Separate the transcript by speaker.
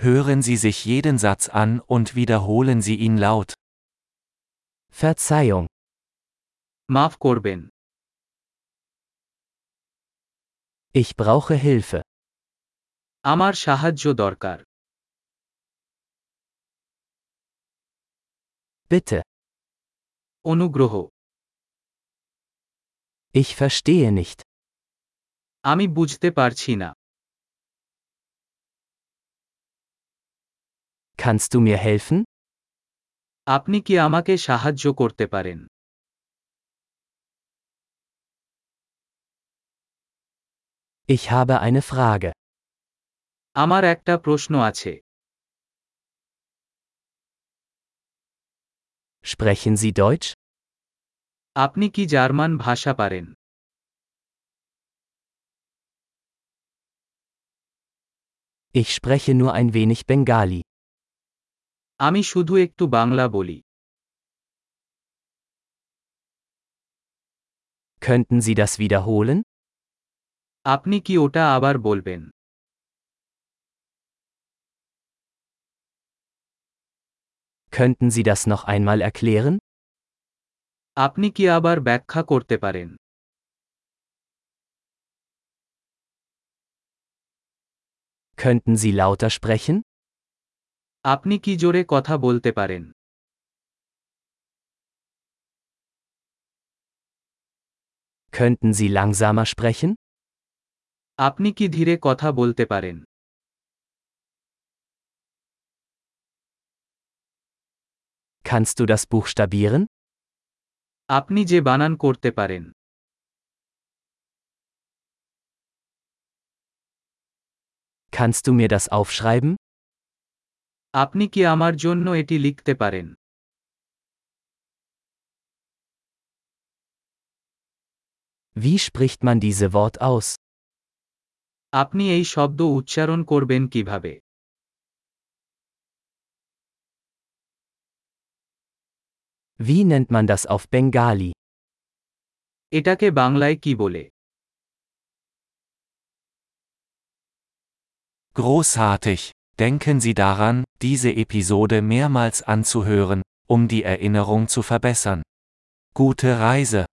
Speaker 1: Hören Sie sich jeden Satz an und wiederholen Sie ihn laut.
Speaker 2: Verzeihung,
Speaker 3: মাফ করবেন
Speaker 2: ich brauche Hilfe.
Speaker 3: আমার সাহায্য দরকার
Speaker 2: Bitte,
Speaker 3: অনুগ্রহ
Speaker 2: ich verstehe nicht.
Speaker 3: আমি বুঝতে পারছি না
Speaker 2: Kannst du mir helfen?
Speaker 3: আপনি কি আমাকে সাহায্য করতে পারেন
Speaker 2: Ich habe eine Frage.
Speaker 3: আমার একটা প্রশ্ন আছে
Speaker 2: Sprechen Sie Deutsch?
Speaker 3: আপনি কি জার্মান ভাষা পারেন
Speaker 2: Ich spreche nur ein wenig Bengali.
Speaker 3: আমি শুধু একটু বাংলা বলি
Speaker 2: Könnten Sie das wiederholen?
Speaker 3: আপনি কি ওটা আবার বলবেন
Speaker 2: Könnten Sie das noch einmal erklären?
Speaker 3: আপনি কি আবার ব্যাখ্যা করতে পারেন
Speaker 2: Könnten Sie lauter sprechen?
Speaker 3: আপনি কি জোরে কথা বলতে পারেন
Speaker 2: Könnten Sie langsamer sprechen?
Speaker 3: আপনি কি ধীরে কথা বলতে পারেন
Speaker 2: Kannst du das buchstabieren?
Speaker 3: আপনি যে বানান করতে পারেন
Speaker 2: Kannst du mir das aufschreiben?
Speaker 3: আপনি কি আমার জন্য এটি লিখতে পারেন
Speaker 2: Wie spricht man diese Wort aus?
Speaker 3: আপনি এই শব্দ উচ্চারণ করবেন কিভাবে
Speaker 2: Wie nennt man das auf Bengali?
Speaker 3: এটাকে বাংলায় কি বলে
Speaker 1: Großartig! Denken Sie daran, diese Episode mehrmals anzuhören, um die Erinnerung zu verbessern. Gute Reise!